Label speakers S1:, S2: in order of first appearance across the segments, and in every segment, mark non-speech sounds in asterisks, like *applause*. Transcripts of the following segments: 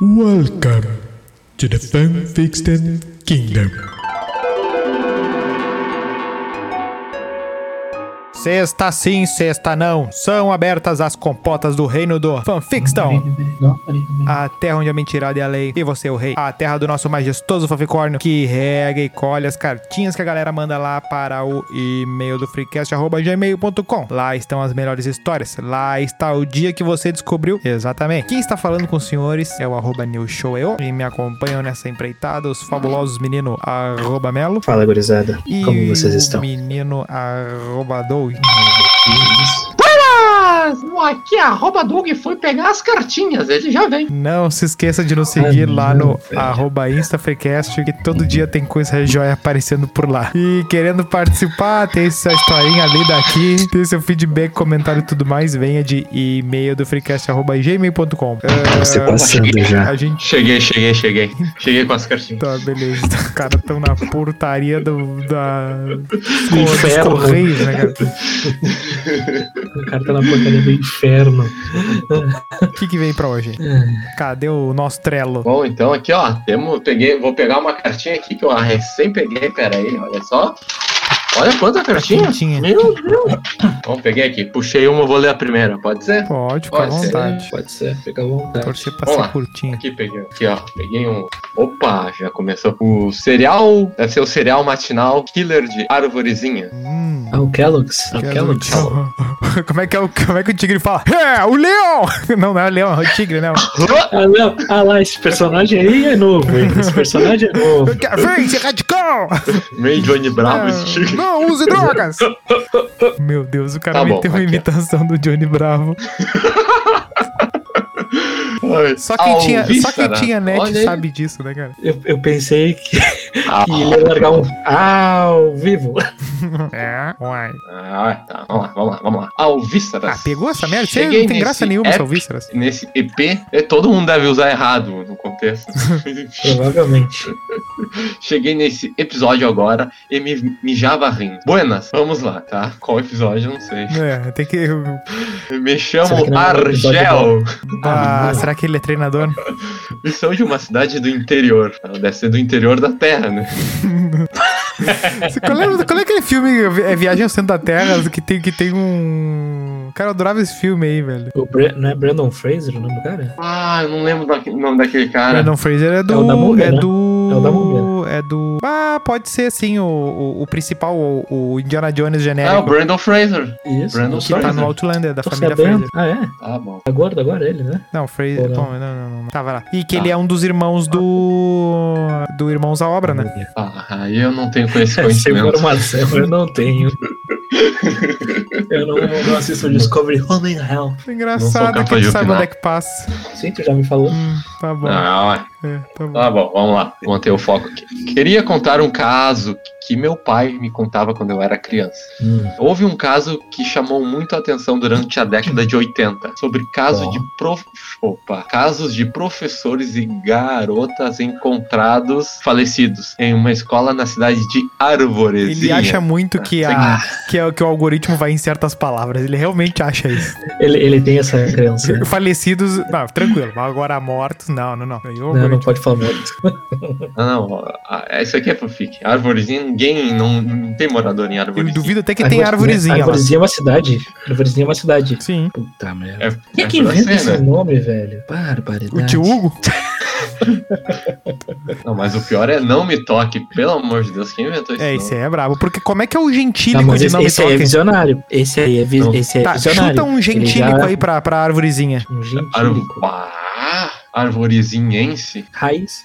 S1: Welcome to the Fanfiction Kingdom.
S2: Sexta sim, sexta não. São abertas as compotas do reino do fanfiction. A terra onde a mentirada é a lei e você é o rei. A terra do nosso majestoso fanficórnio que rega e colhe as cartinhas que a galera manda lá para o e-mail do freecast.gmail.com. Lá estão as melhores histórias. Lá está o dia que você descobriu. Exatamente. Quem está falando com os senhores é o arroba newshoweo e me acompanham nessa empreitada os fabulosos menino arroba melo
S3: Fala, gurizada.
S2: e
S3: Como vocês
S2: o
S3: estão?
S2: menino arroba doug.
S4: Bom, Aqui a arroba Doug foi pegar as cartinhas, ele já vem.
S2: Não se esqueça de nos seguir
S3: Ah,
S2: lá
S3: não,
S2: no
S3: velho.
S2: arroba InstaFreecast, que todo dia tem coisa joia aparecendo por lá. E querendo participar, tem sua historinha ali daqui, tem seu feedback, comentário e tudo mais, venha de e-mail do freecast.gmail.com. Ah,
S3: Você Tá passando já.
S2: É, a gente.
S4: Cheguei, cheguei, cheguei. Cheguei com as cartinhas.
S2: Tá, beleza. Os caras estão na portaria do, da. dos
S3: Inferno.
S2: Correios, né, cara?
S3: O cara tá na portaria do inferno. É.
S2: O que, que vem pra hoje? Cadê o nosso Trello?
S4: Bom, então aqui ó, temos, peguei, vou pegar uma cartinha aqui que eu recém peguei, pera aí, olha só. Olha quanta cartinha.
S2: quentinha.
S4: Meu Deus. Bom, peguei aqui, puxei uma, vou ler a primeira, pode ser?
S2: Pode, fica à
S4: Pode ser.
S2: vontade.
S3: Pode ser, fica à vontade.
S2: Torcer pra
S4: Vamos
S2: ser
S4: lá.
S2: curtinho.
S4: Aqui peguei, aqui ó, peguei um. Opa, já começou. O cereal, deve ser o cereal matinal Killer de Arvorezinha.
S2: Hum.
S3: Ah, o Kellogg's? É o Kellogg's?
S2: *laughs* Como é que é o, como é que o tigre fala? É, o leão! *laughs* Não, não é o leão, é o tigre,
S4: *laughs*
S2: não.
S3: Ah, não. ah lá, esse personagem aí é novo. hein? Esse personagem é novo.
S2: Eu quero- Vem, ser
S4: *laughs*
S2: radical!
S4: Meio Johnny Bravo esse tipo.
S2: Ah,
S4: tigre.
S2: é Não use drogas!
S4: *laughs*
S2: Meu Deus, o cara
S4: Tá bom,
S2: meteu uma
S4: aqui, ó.
S2: imitação do Johnny Bravo. Só quem
S4: Ao
S2: tinha, só quem
S4: víscera.
S2: tinha net
S4: né? Olha aí.
S2: sabe disso, né, cara?
S3: Eu, eu pensei que,
S4: Ah,
S3: que ele ia largar um ao vivo. *laughs*
S2: É, uai.
S4: Ah, tá. Vamos lá, vamos lá, vamos lá. Alvíceras.
S2: Ah, pegou essa merda? Você
S4: Cheguei
S2: não tem
S4: nesse
S2: graça nenhuma,
S4: app-
S2: seu vísceras.
S4: Nesse EP, é, todo mundo deve usar errado no
S2: *laughs*
S4: contexto.
S3: Provavelmente.
S4: Cheguei nesse episódio agora e me mijava rindo. Buenas, vamos lá, tá? Qual episódio? Não sei.
S2: É, tem que.
S3: Será
S4: Me
S3: que
S4: chamo
S3: não é um episódio
S4: Argel.
S2: Ah, será que ele é treinador?
S4: E sou de uma cidade do interior. Ela Deve ser do interior da terra, né?
S2: Qual é, qual é aquele filme, é Viagem ao Centro da Terra, que tem, que tem um. Cara, eu adorava esse filme aí, velho.
S3: O Bra- não é Brandon Fraser o nome do cara?
S4: Ah, eu não lembro daque- o nome daquele cara.
S2: Brandon Fraser é do.
S3: o da múmia,
S2: é
S3: né?
S2: do.
S3: É o da múmia.
S2: é do- Ah, pode ser sim, o, o, o principal, o, o Indiana Jones
S4: Ah, o
S2: genérico.
S4: Brandon Fraser.
S3: Isso.
S4: Brandon
S2: que tá
S4: Fraser.
S2: no Outlander, da
S3: Tô
S2: família
S3: sabendo.
S2: Fraser.
S3: Ah, é?
S4: Tá bom.
S3: Tá gordo agora ele, né?
S2: Não, Fraser.
S3: Ou não? Tá.
S2: Bom, não, não, não, não. Tava lá. E que ele é um dos irmãos do. Do Irmãos à Obra, né?
S4: Ah, aí eu não
S2: *laughs*
S4: tenho esse
S3: Essa
S4: conhecimento.
S3: informação eu não *laughs* tenho. Eu não, eu não assisto Discovery Home in Hell.
S4: Não sou
S2: Engraçado
S4: capaz
S2: que tu
S4: de
S2: sabe
S4: opinar.
S3: né?
S2: onde é que passa.
S3: Sim, tu já me falou.
S2: Hum, tá bom.
S4: Ah, ué.
S2: É, tá bom.
S4: Tá bom, vamos lá. Vou Manter o foco aqui. Queria contar um caso que meu pai me contava quando eu era criança.
S2: Hum.
S4: Houve um caso que chamou muito a atenção durante a década de 80, sobre caso
S2: Tá.
S3: Ó.
S4: de prof... Opa, casos de professores e garotas encontrados falecidos em uma escola na cidade de
S2: Ele
S4: Arvorezinha.
S2: acha muito que,
S3: Ah.
S2: a, que, a- que o algoritmo vai em certas palavras. Ele realmente acha isso.
S3: Ele, ele tem essa crença.
S2: *laughs*
S3: né?
S2: Falecidos. Não, tranquilo. Agora mortos. Não, não, não. Aí o
S3: Não, não
S2: algoritmo-
S3: pode falar muito.
S4: Não, não, ah, ah, isso aqui é fanfic. Arvorezinha, ninguém, não, não tem morador em
S2: Eu
S4: Arvorezinha.
S2: duvido até que tem arvorezinha lá.
S3: Arvorezinha é uma cidade. Arvorezinha é uma cidade.
S2: Sim.
S3: Puta merda.
S4: É,
S3: Quem é que
S4: pra
S3: inventa
S4: ser,
S3: esse
S4: né?
S3: nome, velho? Barbaridade.
S2: O tio Hugo?
S4: Não, mas o pior é não me toque, pelo amor de Deus, quem inventou isso?
S2: É,
S4: nome?
S2: esse aí é brabo. Porque como é que é o
S3: Tá,
S2: gentílico
S3: mas
S2: de
S3: esse,
S2: nome
S3: esse aí é
S2: toque?
S3: visionário. Esse aí é, vi
S4: Não.
S3: esse é
S2: Tá,
S3: visionário.
S2: chuta um
S3: Ele
S2: gentílico
S3: já-
S2: aí pra, pra arvorezinha.
S3: Um gentílico.
S4: Arvo... Ah, arvorezinhense?
S3: Raiz.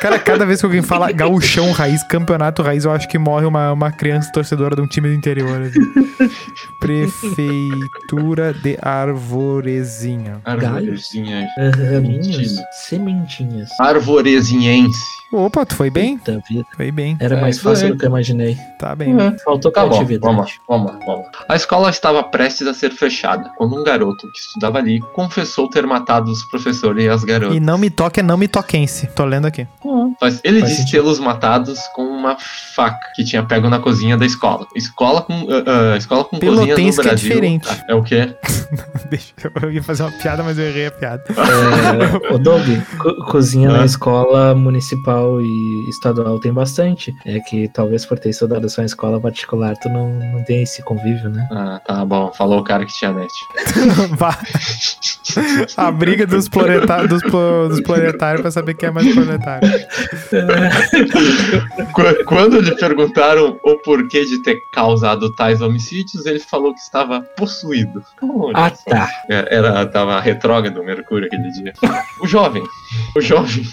S2: Cara, cada vez que alguém
S3: *laughs*
S2: fala gauchão raiz, campeonato raiz, eu acho que morre uma, uma criança torcedora de um time do interior.
S3: *laughs*
S2: assim. Prefeitura de Arvorezinha.
S4: Arvorezinha.
S3: Raminhos.
S4: Mentira.
S3: Sementinhas.
S4: Arvorezinhense.
S2: Opa, tu foi bem?
S3: Puta vida.
S2: Foi bem.
S3: Era
S4: É,
S3: mais
S4: isso
S3: fácil
S4: aí.
S3: do que eu imaginei.
S2: Tá bem.
S3: Faltou
S4: Tá bom,
S3: criatividade.
S4: vamos lá, vamos lá, vamos lá. A escola estava prestes a ser fechada quando um garoto que estudava ali confessou ter matado os professores e as garotas.
S2: E não me toque é não me toquense. Tô lendo aqui.
S4: Mas ele
S3: Faz
S4: disse
S3: sentido.
S4: tê-los matados com uma faca que tinha pego na cozinha da escola. Escola com, ah, ah, escola com cozinha no
S2: Pelotense que é
S4: Brasil.
S2: diferente.
S4: Ah, É o quê?
S2: *laughs* Deixa, eu ia fazer uma piada, mas eu errei a piada. *laughs*
S3: É, o Doug, co- cozinha
S2: Ah.
S3: na escola municipal e estadual tem bastante. É que talvez por ter estudado só em escola particular, tu não, não tem esse convívio, né?
S4: Ah, tá bom. Falou o cara que tinha net.
S2: Vá. *laughs* a briga dos, planeta- dos, plo- dos planetários pra saber quem é mais planetário.
S4: Qu- Quando lhe perguntaram o porquê de ter causado tais homicídios, ele falou que estava possuído. Olha
S3: Ah,
S4: só.
S3: tá.
S4: É, Era, tava retrógrado o Mercúrio aquele dia. O jovem, o jovem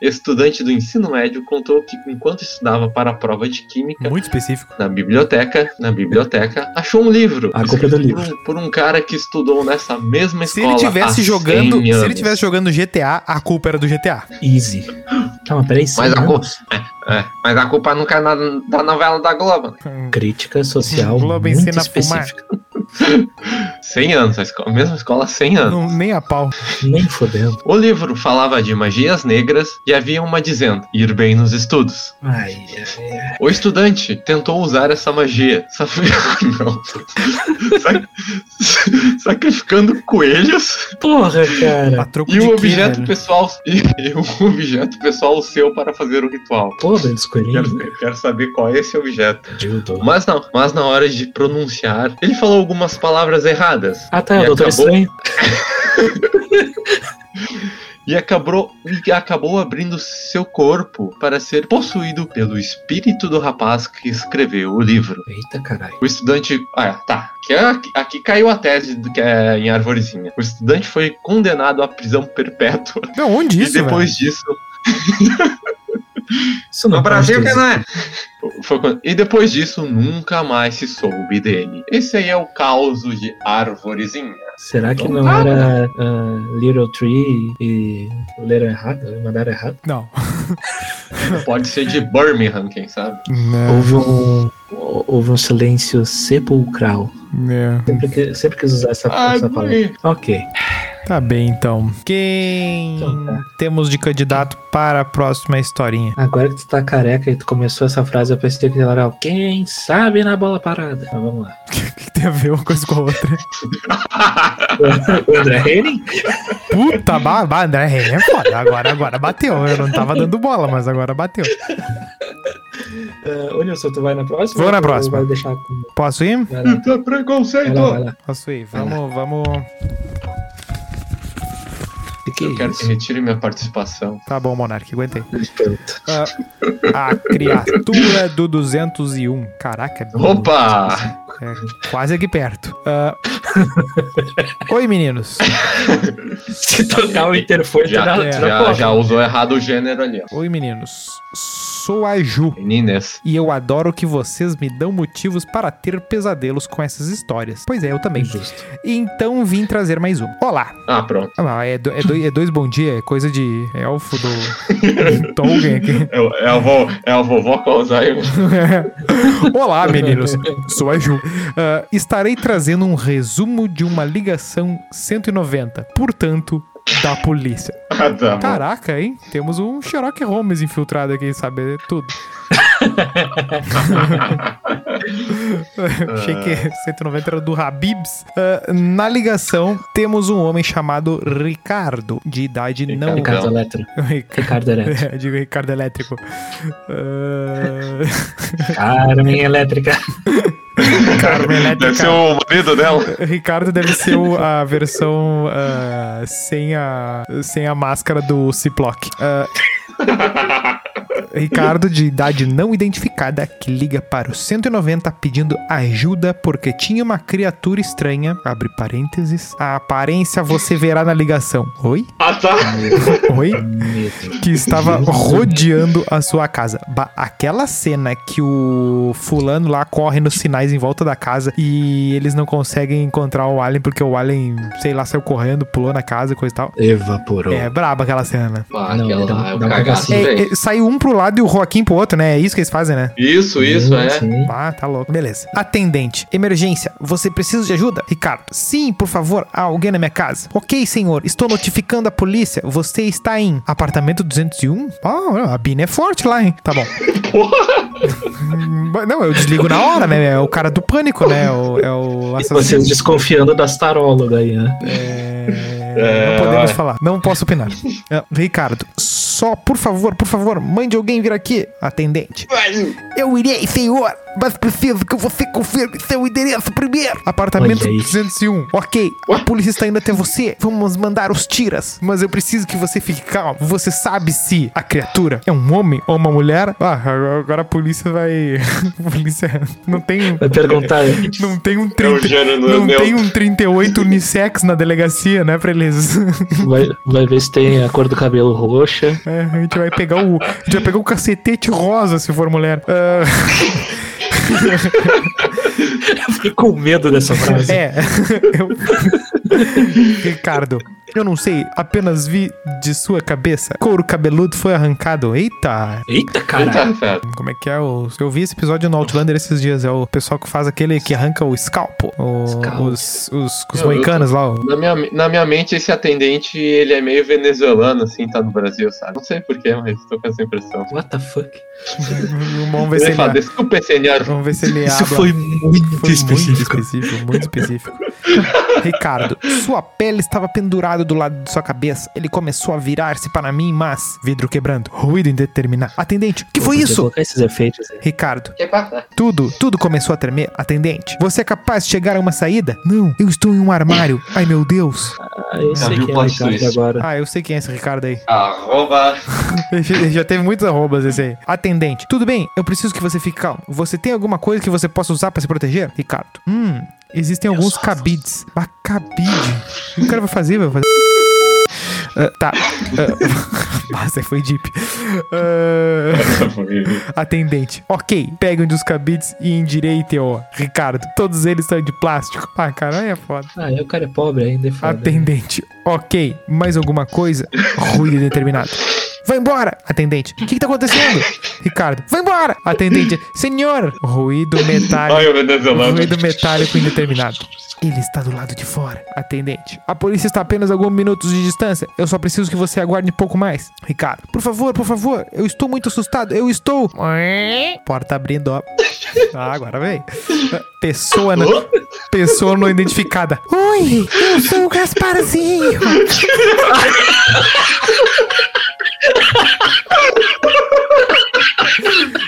S4: estudante do ensino médio contou que enquanto estudava para a prova de química
S2: Muito específico.
S4: na biblioteca, na biblioteca, achou um livro.
S3: A culpa é do
S4: escrito
S3: livro.
S4: Por um, por um cara que estudou nessa mesma
S2: Se
S4: escola.
S2: ele tivesse
S4: há
S2: jogando,
S4: 100
S2: se ele
S4: anos.
S2: tivesse jogando GTA, a culpa era do GTA.
S3: Easy. Tá, mas peraí,
S4: Mas
S3: sim,
S4: a
S3: né?
S4: culpa, é, é, mas a culpa nunca é na, da novela da Globo. né?
S3: Crítica
S4: é
S3: social
S2: Globo
S3: muito
S2: ensina a fumar.
S3: específica.
S4: 100 anos, a escola, mesma escola há 100 anos.
S2: Não, nem a pau.
S3: Nem fodendo.
S4: O livro falava de magias negras e havia uma dizendo: ir bem nos estudos.
S3: Ai, é. ai, ai.
S4: O estudante tentou usar essa magia, *laughs* saf- não. Sac- sacrificando coelhos
S3: Porra, cara.
S2: A troco
S4: e
S2: de
S4: um
S2: quê,
S4: objeto
S2: velho?
S4: pessoal e, e um objeto pessoal seu para fazer o ritual.
S3: Pobre dos coelhinhos.
S4: Quero, quero saber qual é esse objeto.
S3: Dildo.
S4: Mas não, mas na hora de pronunciar, ele falou algumas palavras erradas.
S3: Ah, tá, é
S4: E
S3: o Doutor
S4: acabou.
S3: Estranho.
S4: e acabou, e acabou abrindo seu corpo para ser possuído pelo espírito do rapaz que escreveu o livro.
S3: Eita, caralho.
S4: O estudante. Ah, tá. Que é- aqui caiu a tese do que é em Arvorezinha. O estudante foi condenado à prisão perpétua.
S2: Não, onde isso,
S4: e depois disso.
S3: Isso não pode ter
S4: é. E depois disso, nunca mais se soube dele. Esse aí é o caos de Arvorezinha.
S3: Será que não
S4: Ah.
S3: era ah, Little Tree e leram errado? Mandaram errado?
S2: velho? Não.
S4: Pode ser de Birmingham, quem sabe?
S2: Não.
S3: Houve um, houve um silêncio sepulcral.
S2: Não.
S3: Sempre, que, sempre quis usar essa, essa palavra.
S4: Arvorezinha.
S3: Ok.
S2: Tá bem, então. Quem
S3: Então tá.
S2: temos de candidato para a próxima historinha? *laughs*
S3: Agora que tu tá careca e tu começou essa frase, eu pensei que ela era quem sabe na bola parada. Mas vamos
S4: *laughs*
S3: lá.
S2: O que tem a ver uma coisa com a outra?
S3: o André Henning?
S2: Puta, ba- ba- André Henrique é foda. Agora, agora bateu. Eu não tava dando bola, mas agora bateu.
S3: Uh, Nilson, tu vai na próxima?
S2: Vou na
S3: Ou
S2: próxima.
S3: Vai deixar com...
S2: Posso ir?
S3: Vai lá,
S4: Puta
S3: vai
S4: preconceito!
S3: lá, vai lá.
S2: Posso ir. Vamos, vamos.
S3: Que que
S4: Eu
S3: é
S4: quero que
S3: isso?
S4: retire minha participação.
S2: Tá bom, Monark, aguentei.
S3: Espanto.
S2: Ah, a criatura do 201. Caraca, é bem-
S4: Opa!
S2: *laughs* é quase aqui perto. Ah, Oi, meninos.
S3: *laughs* Se tocar o interfone, tá tu
S4: Já,
S3: dá-
S2: é,
S3: tu dá
S4: Já,
S3: porra.
S4: já usou errado o gênero ali, ó.
S2: Oi, meninos. Sou a Ju.
S4: Meninas.
S2: E eu adoro que vocês me dão motivos para ter pesadelos com essas histórias. Pois é, eu também.
S3: Justo.
S2: Então vim trazer mais uma. Olá,
S4: Ah, pronto.
S2: Ah, não, é, do- é dois, é dois bom dia, é coisa de elfo do Tolkien
S4: *laughs*
S2: aqui.
S4: É, o- é, a vo, é a vovó com Alzheimer.
S2: Olá, meninos. Sou a Ju. Ah, estarei trazendo um resumo de uma ligação 190, portanto, da polícia.
S4: *laughs* Ah, tá bom.
S2: Caraca, hein? Temos um Sherlock Holmes infiltrado aqui, sabe tudo. *laughs* Achei que 190 era do Habibs. Ah, na ligação, temos um homem chamado Ricardo, de idade não.
S4: Ricardo.
S3: Ricardo Eletro.
S2: Ricardo.
S3: Ricardo Eletro.
S2: É, eu digo Ricardo Elétrico. Ah, *laughs*
S3: Carmen
S4: *laughs*
S3: Elétrica.
S2: Carmen
S4: Deve ser
S2: Elétrica.
S4: o marido dela.
S2: Ricardo deve ser o- a versão ah, sem, a, sem a máscara do Ziploc. Ah, Ricardo, de idade não identificada, que liga para o 190 pedindo ajuda porque tinha uma criatura estranha. Abre parênteses. A aparência você verá na ligação. Oi?
S4: Ah, tá.
S2: Oi?
S3: Medo.
S2: que estava rodeando a sua casa. Ba- aquela cena que o fulano lá corre nos sinais em volta da casa e eles não conseguem encontrar o Alien porque o Alien, sei lá, saiu correndo, pulou na casa e coisa e tal.
S3: Evaporou.
S2: É braba aquela cena.
S4: Ah,
S3: Não,
S4: aquela
S3: dá um-
S4: lá é
S3: dá
S4: um
S3: um
S4: cagaço,
S3: cagacinho.
S4: velho.
S2: É, é, saiu um pro lado e o Joaquim pro outro, né? É isso que eles fazem, né?
S4: Isso, isso, é.
S3: Sim.
S2: Ah, tá louco. Beleza. Atendente. Emergência. Você precisa de ajuda? Ricardo. Sim, por favor. Há alguém na minha casa. Ok, senhor. Estou notificando a polícia. Você está em apartamento. apartamento 201? Ah, a Bina é forte lá, hein?
S3: *laughs*
S2: Tá bom. Porra! Não, eu desligo na hora, né? É o cara do pânico, né? O- é o
S3: E
S2: assassino.
S3: Vocês desconfiando das tarólogas aí, né?
S2: É,
S4: É,
S2: não podemos
S4: ó.
S2: falar, não posso opinar.
S3: *laughs*
S2: É, Ricardo, só por favor, por favor, mande alguém vir aqui. Atendente. Eu irei, senhor, mas preciso que você confirme seu endereço primeiro. Apartamento
S3: Olha aí.
S2: 201. Ok, a polícia está indo até você. Vamos mandar os tiras. Mas eu preciso que você fique calmo. Você sabe se a criatura é um homem ou uma mulher? Ah, agora a polícia vai. *laughs* A polícia não tem.
S3: Vai *laughs* perguntar.
S2: Não tem um
S4: É o
S2: 30,
S4: gênero
S2: não
S4: neutro.
S2: tem um 38 unissex na delegacia, né, pra eles. *laughs*
S3: Vai, vai ver se tem a cor do cabelo roxa.
S2: É, a gente vai pegar o, a gente vai pegar o cacetete rosa se for mulher. Ah,
S3: Fiquei com medo dessa frase.
S2: é. *laughs* Eu- Ricardo, eu não sei, apenas vi de sua cabeça. Couro cabeludo foi arrancado. Eita.
S3: Eita,
S4: Eita,
S3: cara.
S4: fera.
S2: Como é que é o? Eu vi esse episódio no Outlander esses dias. É o pessoal que faz aquele que arranca o scalpo. O-
S3: Scalpo.
S2: Os, os, os
S4: Eu-
S2: moicanos lá.
S3: *laughs*
S2: o-
S4: Na minha, na minha mente, esse atendente, ele é meio venezuelano, assim, tá no Brasil, sabe? Não sei porquê, mas tô com essa impressão.
S3: What the fuck?
S2: Vamos ver se
S4: Ele fala,
S2: ele, é-
S4: desculpa, senhor.
S2: vamos ver se ele é
S3: Tá Isso
S2: habla.
S3: foi muito
S2: Foi
S3: específico.
S2: muito específico, muito
S3: *laughs*
S2: específico. Ricardo, sua pele estava pendurada do lado de sua cabeça. Ele começou a virar-se para mim, mas vidro quebrando, ruído indeterminado. Atendente, que foi
S3: Vou
S2: isso?
S3: colocar esses efeitos aí.
S2: Ricardo,
S4: Que passa?
S2: tudo, tudo começou a tremer. Atendente, você é capaz de chegar a uma saída? Não, eu estou em um armário. Ai meu Deus.
S3: Ah, eu sei
S4: vi o
S3: quem é o
S4: plot
S3: Ricardo
S4: twist.
S3: agora.
S2: Ah, eu sei quem é esse Ricardo aí.
S4: Arroba.
S2: Ele já- ele *laughs* já teve muitos arrobas esse aí. Atendente. Tudo bem, eu preciso que você fique calmo. Você tem alguma coisa que você possa usar pra se proteger? Ricardo. Hum, existem alguns cabides. Ah, cabide? O que o cara vai fazer? Vai fazer... *laughs* Ah, tá. Ah, *laughs* Nossa, foi deep. Ah, Atendente. Ok, pegue um dos cabides e endireite-o. Ricardo, todos eles são de plástico. Ah, caralho, é foda.
S3: Ah, e o cara é pobre ainda, é foda.
S2: Atendente. Ok. Mais alguma coisa? Ruído determinado. Vai embora! Atendente. O que, que tá acontecendo? Ricardo. Vai embora! Atendente. Senhor! Ruído
S4: Ai,
S2: metálico.
S4: o venezuelano.
S2: Ruído metálico indeterminado. Ele está do lado de fora. Atendente. A polícia está a apenas alguns minutos de distância. Eu só preciso que você aguarde um pouco mais. Ricardo. Por favor, por favor. Eu estou muito assustado. Eu estou. Porta abrindo, ó. Ah, agora vem. Pessoa não, pessoa não identificada. Oi, eu sou o Gasparzinho.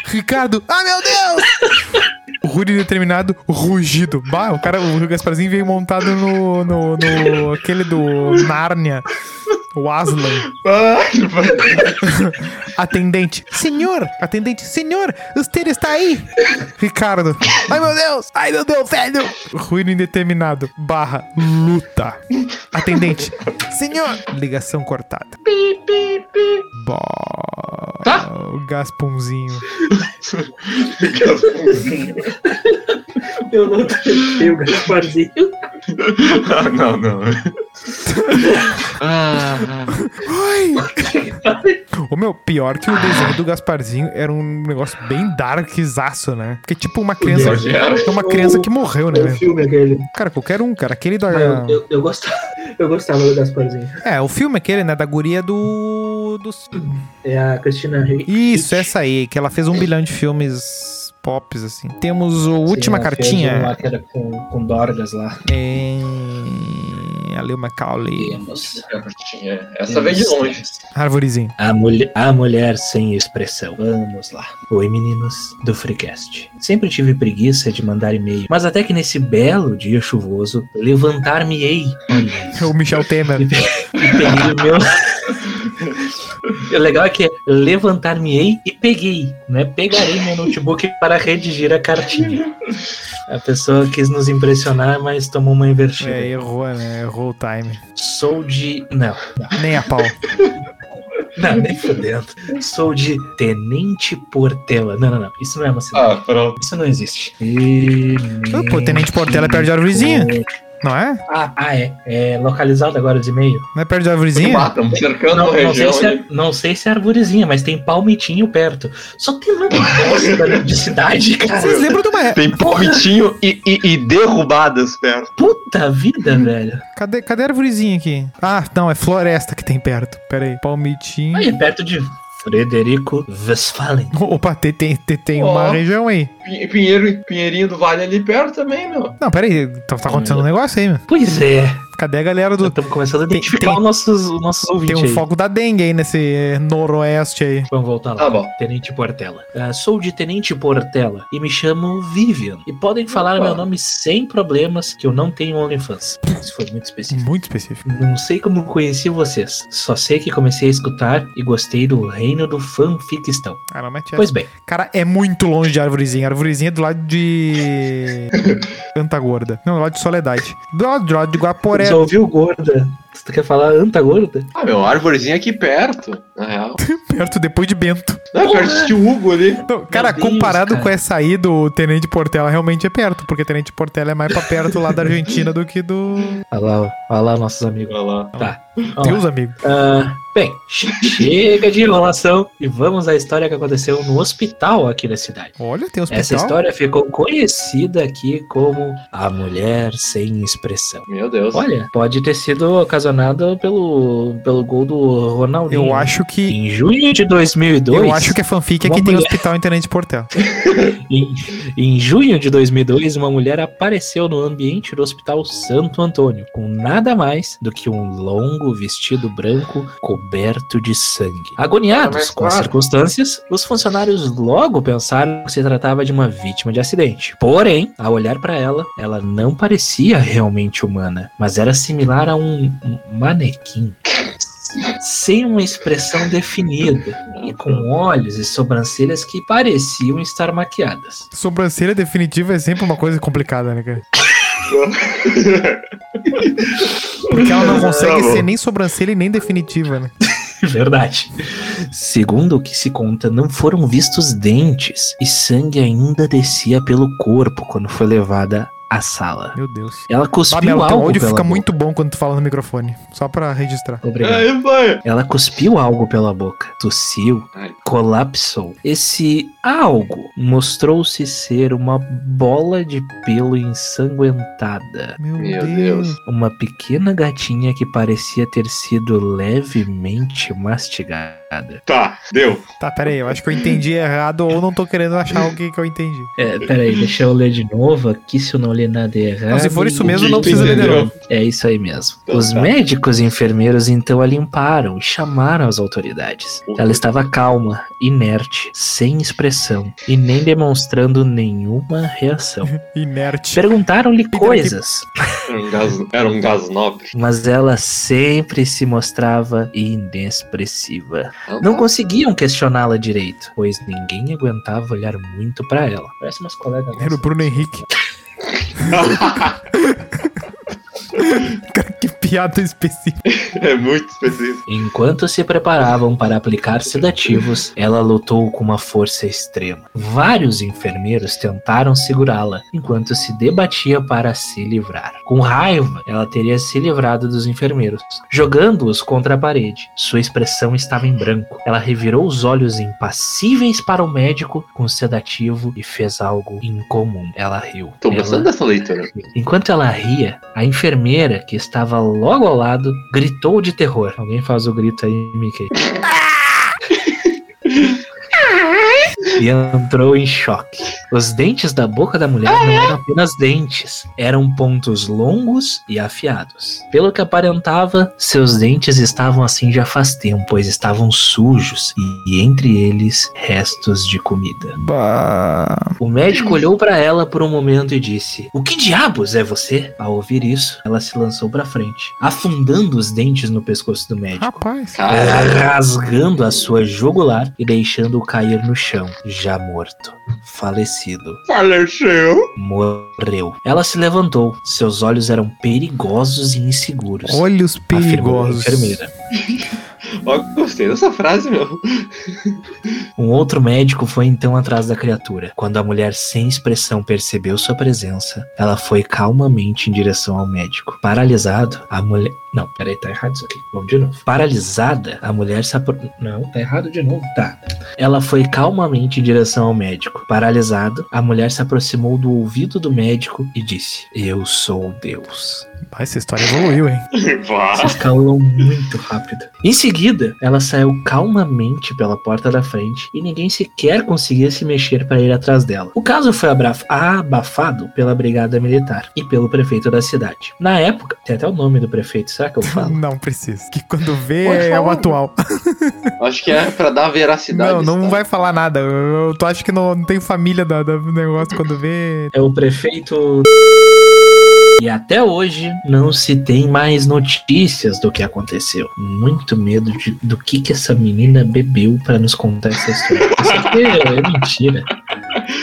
S2: Ricardo, ah meu Deus! Rude determinado, rugido. Bah, o cara, o Gasparzinho veio montado no, no, no aquele do Nárnia. O Aslan. Atendente. Senhor, atendente, senhor, Esther está aí. Ricardo. Ai, meu Deus, ai, meu Deus, velho. Ruído indeterminado, barra, luta. Atendente. Senhor. Ligação cortada. Bó.
S4: Tá.
S2: O Gaspunzinho.
S3: Eu um não tentei o Gasparzinho.
S4: Ah, não, não. Ah,
S2: Oi. *laughs* O meu, pior que o desenho do Gasparzinho era um negócio bem darkzaço, né? Porque tipo uma criança.
S4: Pior que era.
S2: É uma criança que morreu, né? velho?
S3: filme aquele.
S2: Cara, qualquer um, cara. Aquele da.
S3: eu, eu, gostava, *laughs* eu gostava do Gasparzinho.
S2: É, o filme aquele, né? Da guria do. dos-
S3: É a Cristina Rei.
S2: Isso, essa aí, que ela fez um bilhão de filmes pops, assim. Temos o Última Cartinha.
S3: Lá que era com, com Dorgas lá.
S2: Em. Ali o Macaulay.
S3: Temos.
S4: cartinha. Essa veio de longe.
S2: Arvorezinho.
S3: A, mulher, a mulher sem expressão. Vamos lá. Oi, meninos do Freecast. Sempre tive preguiça de mandar e-mail, mas até que nesse belo dia chuvoso, levantar-me-ei. Olha,
S2: O Michel Temer.
S3: e peguei o meu. *laughs* O legal é que é levantar-me-ei e peguei, né? Pegarei meu notebook para redigir a cartinha. A pessoa quis nos impressionar, mas tomou uma invertida.
S2: É, errou, né? Errou o time.
S3: Sou de. Não, não,
S2: Nem a pau.
S3: não, nem fudendo. Sou de Tenente Portela. Não, não, não. Isso não é uma cidade.
S4: Ah, pronto.
S3: Isso não existe. E...
S2: Pô, Tenente Portela é perto de Arvorezinha. Não é?
S3: Ah, ah, é. É localizado agora os e-mails.
S2: Não é perto da árvorezinha?
S4: Estamos cercando
S3: Não,
S4: a
S3: não sei
S4: região. né?
S3: se
S4: ali.
S3: é, não sei se é arvorezinha, mas tem palmitinho perto. Só tem uma bosta
S2: *laughs*
S3: de cidade,
S2: Vocês
S3: cara.
S2: lembram de uma.
S4: Tem palmitinho e, e- e derrubadas perto.
S3: Puta vida, velho.
S2: Cadê, cadê a arvorezinha aqui? Ah, não, é floresta que tem perto. Pera aí. Palmitinho.
S3: Aí, é perto de Frederico Westphalen.
S2: *laughs* Opa, tem, tem, tem- tem uma
S4: Ó.
S2: região aí.
S4: Pin- Pinheiro, Pinheirinho do Vale ali perto também, meu.
S2: Não, pera aí. Tá, tá acontecendo um negócio aí, meu.
S3: Pois é.
S2: Cadê a galera do.
S3: Estamos começando a
S2: Tem-
S3: identificar
S2: tem-
S3: os, nossos, os nossos
S2: Tem
S3: ouvintes
S2: um
S3: aí.
S2: foco da dengue aí nesse eh, noroeste aí.
S3: Vamos voltar lá.
S4: Tá bom.
S3: Tenente Portela. Ah, sou de Tenente Portela e me chamo Vivian. E podem falar
S4: Opa.
S3: meu nome sem problemas, que eu não tenho OnlyFans. Isso foi muito específico.
S2: Muito específico.
S3: Não sei como conheci vocês. Só sei que comecei a escutar e gostei do reino do fanficistão.
S2: Ah, não mete
S3: Pois bem,
S2: Cara, é muito longe de Arvorezinha. Arvorezinha é do lado
S3: *laughs*
S2: de. Canta Gorda. Não, do lado de Soledade. Do lado, do lado de Guaporé.
S3: já ouviu gorda? Você quer falar anta gorda?
S4: Ah, meu, árvorezinha aqui perto, na real.
S2: Perto, depois de Bento.
S4: Não, é
S3: Porra.
S4: perto de Hugo ali.
S2: Não, Então, cara,
S3: Deus,
S2: comparado
S3: cara.
S2: com essa aí do Tenente Portela, realmente é perto. Porque Tenente Portela é mais pra perto lá
S3: *laughs*
S2: da Argentina do que do.
S3: Olha lá, ó. olha lá nossos amigos.
S4: Olha lá.
S3: Tá. Vamos lá.
S2: Deus, amigo.
S3: Ah, bem, *laughs* che- chega de enrolação e vamos à história que aconteceu no hospital aqui na cidade.
S2: Olha, tem hospital.
S3: Essa história ficou conhecida aqui como a mulher sem expressão.
S4: Meu Deus.
S3: Olha, pode ter sido ocasionada pelo, pelo gol do Ronaldinho.
S2: Eu acho que.
S3: Em junho de 2002.
S2: Eu acho que a fanfic é que
S3: Uma
S2: tem
S3: mulher.
S2: hospital em Tenente
S3: *laughs*
S2: Portela.
S3: Em, em junho de 2002, uma mulher apareceu no ambiente do Hospital Santo Antônio, com nada mais do que um longo vestido branco coberto de sangue. Agoniados
S4: Mas,
S3: com as
S4: claro.
S3: circunstâncias, os funcionários logo pensaram que se tratava de uma vítima de acidente. Porém, ao olhar para ela, ela não parecia realmente humana, mas era similar a um um manequim. Sem uma expressão definida, e com olhos e sobrancelhas que pareciam estar maquiadas.
S2: Sobrancelha definitiva é sempre uma coisa complicada, né, cara? Porque ela não consegue
S4: Tá bom.
S2: ser nem sobrancelha e nem definitiva, né?
S3: Verdade. Segundo o que se conta, não foram vistos dentes e sangue ainda descia pelo corpo quando foi levada à sala.
S2: Meu Deus.
S3: Ela cuspiu
S2: Babelo, teu
S3: algo
S2: um áudio
S3: pela
S2: fica
S3: boca.
S2: muito bom quando tu fala no microfone. Só pra registrar.
S3: Obrigado.
S4: Aí, pai.
S3: Ela cuspiu algo pela boca, tossiu,
S4: Ai.
S3: colapsou. Esse algo mostrou-se ser uma bola de pelo ensanguentada.
S2: Meu,
S4: Meu Deus.
S3: Uma pequena gatinha que parecia ter sido levemente mastigada.
S4: Tá, deu.
S2: Tá, pera aí. Eu acho que eu entendi errado ou não tô querendo achar o que, que eu entendi.
S3: É, peraí, deixa eu ler de novo aqui se eu não ler nada errado.
S2: Não, se for isso mesmo, não
S4: Tu
S2: precisa ler de
S4: entendeu?
S2: novo.
S3: É isso aí mesmo.
S4: Então
S3: Os
S4: tá.
S3: médicos e enfermeiros então a limparam e chamaram as autoridades.
S4: Uhum.
S3: Ela estava calma, inerte, sem expressão e nem demonstrando nenhuma reação.
S2: Uhum. Inerte.
S3: Perguntaram-lhe
S2: que-
S3: coisas,
S4: Era um gás, era um gás nobre.
S3: mas ela sempre se mostrava inexpressiva.
S4: Então
S3: Não
S4: tá.
S3: conseguiam questioná-la direito, pois ninguém aguentava olhar muito pra ela. Parece umas colegas.
S2: Era o
S3: nossas.
S2: Bruno Henrique. *laughs* Cara, que piada específica.
S4: *laughs* é muito específico.
S3: Enquanto se preparavam para aplicar sedativos, ela lutou com uma força extrema. Vários enfermeiros tentaram segurá-la, enquanto se debatia para se livrar. Com raiva, ela teria se livrado dos enfermeiros, jogando-os contra a parede. Sua expressão estava em branco. Ela revirou os olhos impassíveis para o médico com o sedativo e fez algo incomum. Ela riu.
S4: Tô
S3: Ela-
S4: gostando dessa leitura.
S3: Enquanto ela ria, a enfermeira, que estava logo ao lado, gritou de terror. Alguém faz o grito aí, Mickey. E entrou em choque. Os dentes da boca da mulher não eram apenas dentes, eram pontos longos e afiados. Pelo que aparentava, seus dentes estavam assim já faz tempo, pois estavam sujos e, e entre eles restos de comida. O médico olhou pra ela por um momento e disse: O que diabos é você? Ao ouvir isso, ela se lançou pra frente, afundando os dentes no pescoço do médico.
S2: Rapaz.
S4: Caralho.
S3: Rasgando a sua jugular e deixando-o cair no chão, já morto, falecido,
S4: Faleceu.
S3: morreu. Ela se levantou, seus olhos eram perigosos e inseguros.
S2: Olhos
S3: afirmou a
S2: perigosos.
S3: enfermeira.
S4: Ó, gostei dessa frase, meu. *laughs*
S3: Um outro médico foi então atrás da criatura. Quando a mulher sem expressão percebeu sua presença, ela foi calmamente em direção ao médico. Paralisado, a mulher. Não, peraí, tá errado isso aqui. Vamos de novo. Paralisada, a mulher se apro... Não, tá errado de novo. Tá. Ela foi calmamente em direção ao médico. Paralisado, a mulher se aproximou do ouvido do médico e disse: Eu sou Deus.
S2: Pai, essa história evoluiu, hein?
S4: Vá.
S3: Se escalou muito rápido. Em seguida, ela saiu calmamente pela porta da frente e ninguém sequer conseguia se mexer para ir atrás dela. O caso foi abraf- abafado pela brigada militar e pelo prefeito da cidade. Na época, tem até o nome do prefeito, será que
S2: *laughs*
S3: eu falo?
S2: Não precisa. Que quando vê
S4: Pode
S2: é o
S4: falar. *laughs*
S2: atual.
S4: Acho que é pra dar veracidade.
S2: Não, não
S4: sabe?
S2: vai falar nada. Eu, eu- tu acha que não, não tem família da- da- do negócio quando vê.
S3: É o prefeito. *laughs* E até hoje não se tem mais notícias do que aconteceu. Muito medo de- do que, que essa menina bebeu para nos contar essa história. Isso aqui é- é mentira.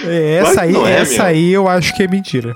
S2: É, Essa
S4: Claro que
S2: aí,
S4: não é,
S2: essa
S4: meu.
S2: aí eu acho que é mentira.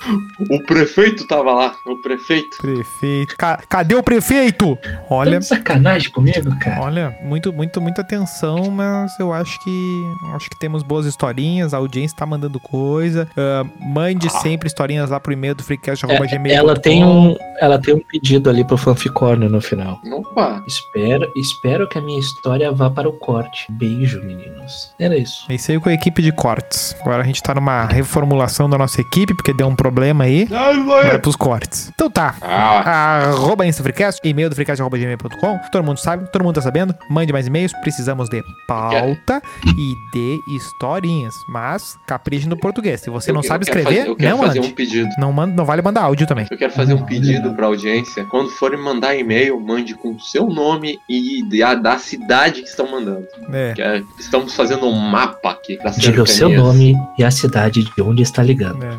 S4: O prefeito tava lá. O prefeito.
S2: Prefeito. Ca- cadê o prefeito? Olha.
S3: Tá de sacanagem comigo, cara.
S2: Olha, muito, muito, muita atenção, mas eu acho que acho que temos boas historinhas, a audiência tá mandando coisa. Ah, mande sempre historinhas lá pro e-mail do
S4: É,
S2: freecast.gmail.com.
S3: Ela tem, um, ela tem um pedido ali pro fanficorno no final.
S4: Opa.
S3: Espero, espero que a minha história vá para o corte. Beijo, meninos. Era isso.
S2: É isso aí com a equipe de cortes. Agora a gente tá numa reformulação da nossa equipe, porque deu um problema aí. Agora é pros cortes. Então tá.
S4: Ah,
S2: Arroba InstaFreecast, e-mail do freecast.gmail.com. Todo mundo sabe, todo mundo tá sabendo. Mande mais e-mails, precisamos de pauta e de historinhas. Mas capriche no português. Se você
S4: eu-
S2: não
S4: eu
S2: sabe
S4: quero
S2: escrever,
S4: fazer- Eu quero
S2: não
S4: fazer
S2: mande.
S4: um pedido.
S2: Não, manda, não vale mandar áudio também.
S4: Eu quero fazer um pedido pra audiência. Quando forem mandar e-mail, mande com o seu nome e da, da cidade que estão mandando.
S2: É.
S4: Que é- estamos fazendo um mapa aqui. Das
S3: Diga o seu
S4: cercanias.
S3: nome e a cidade de onde está ligando.
S2: né?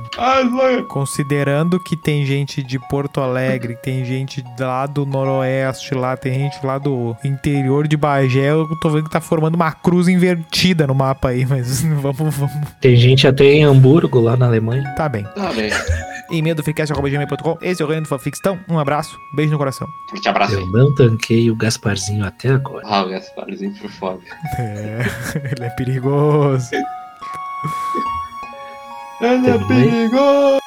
S2: Considerando que tem gente de Porto Alegre, tem gente lá do Noroeste, lá tem gente lá do interior de Bagé, eu tô vendo que tá formando uma cruz invertida no mapa aí, *laughs* mas vamos, vamos.
S3: Tem gente até em Hamburgo, lá na Alemanha.
S2: Tá bem.
S4: Tá bem.
S2: E-mail do freecast.com. Esse é o Renan do Fanfictão. Um abraço, beijo no coração.
S4: Te abraço aí.
S3: Eu não tanquei o Gasparzinho até agora.
S4: Ah, o Gasparzinho foi foda.
S2: É, *laughs* ele é perigoso.
S4: Ela
S3: é
S4: perigosa!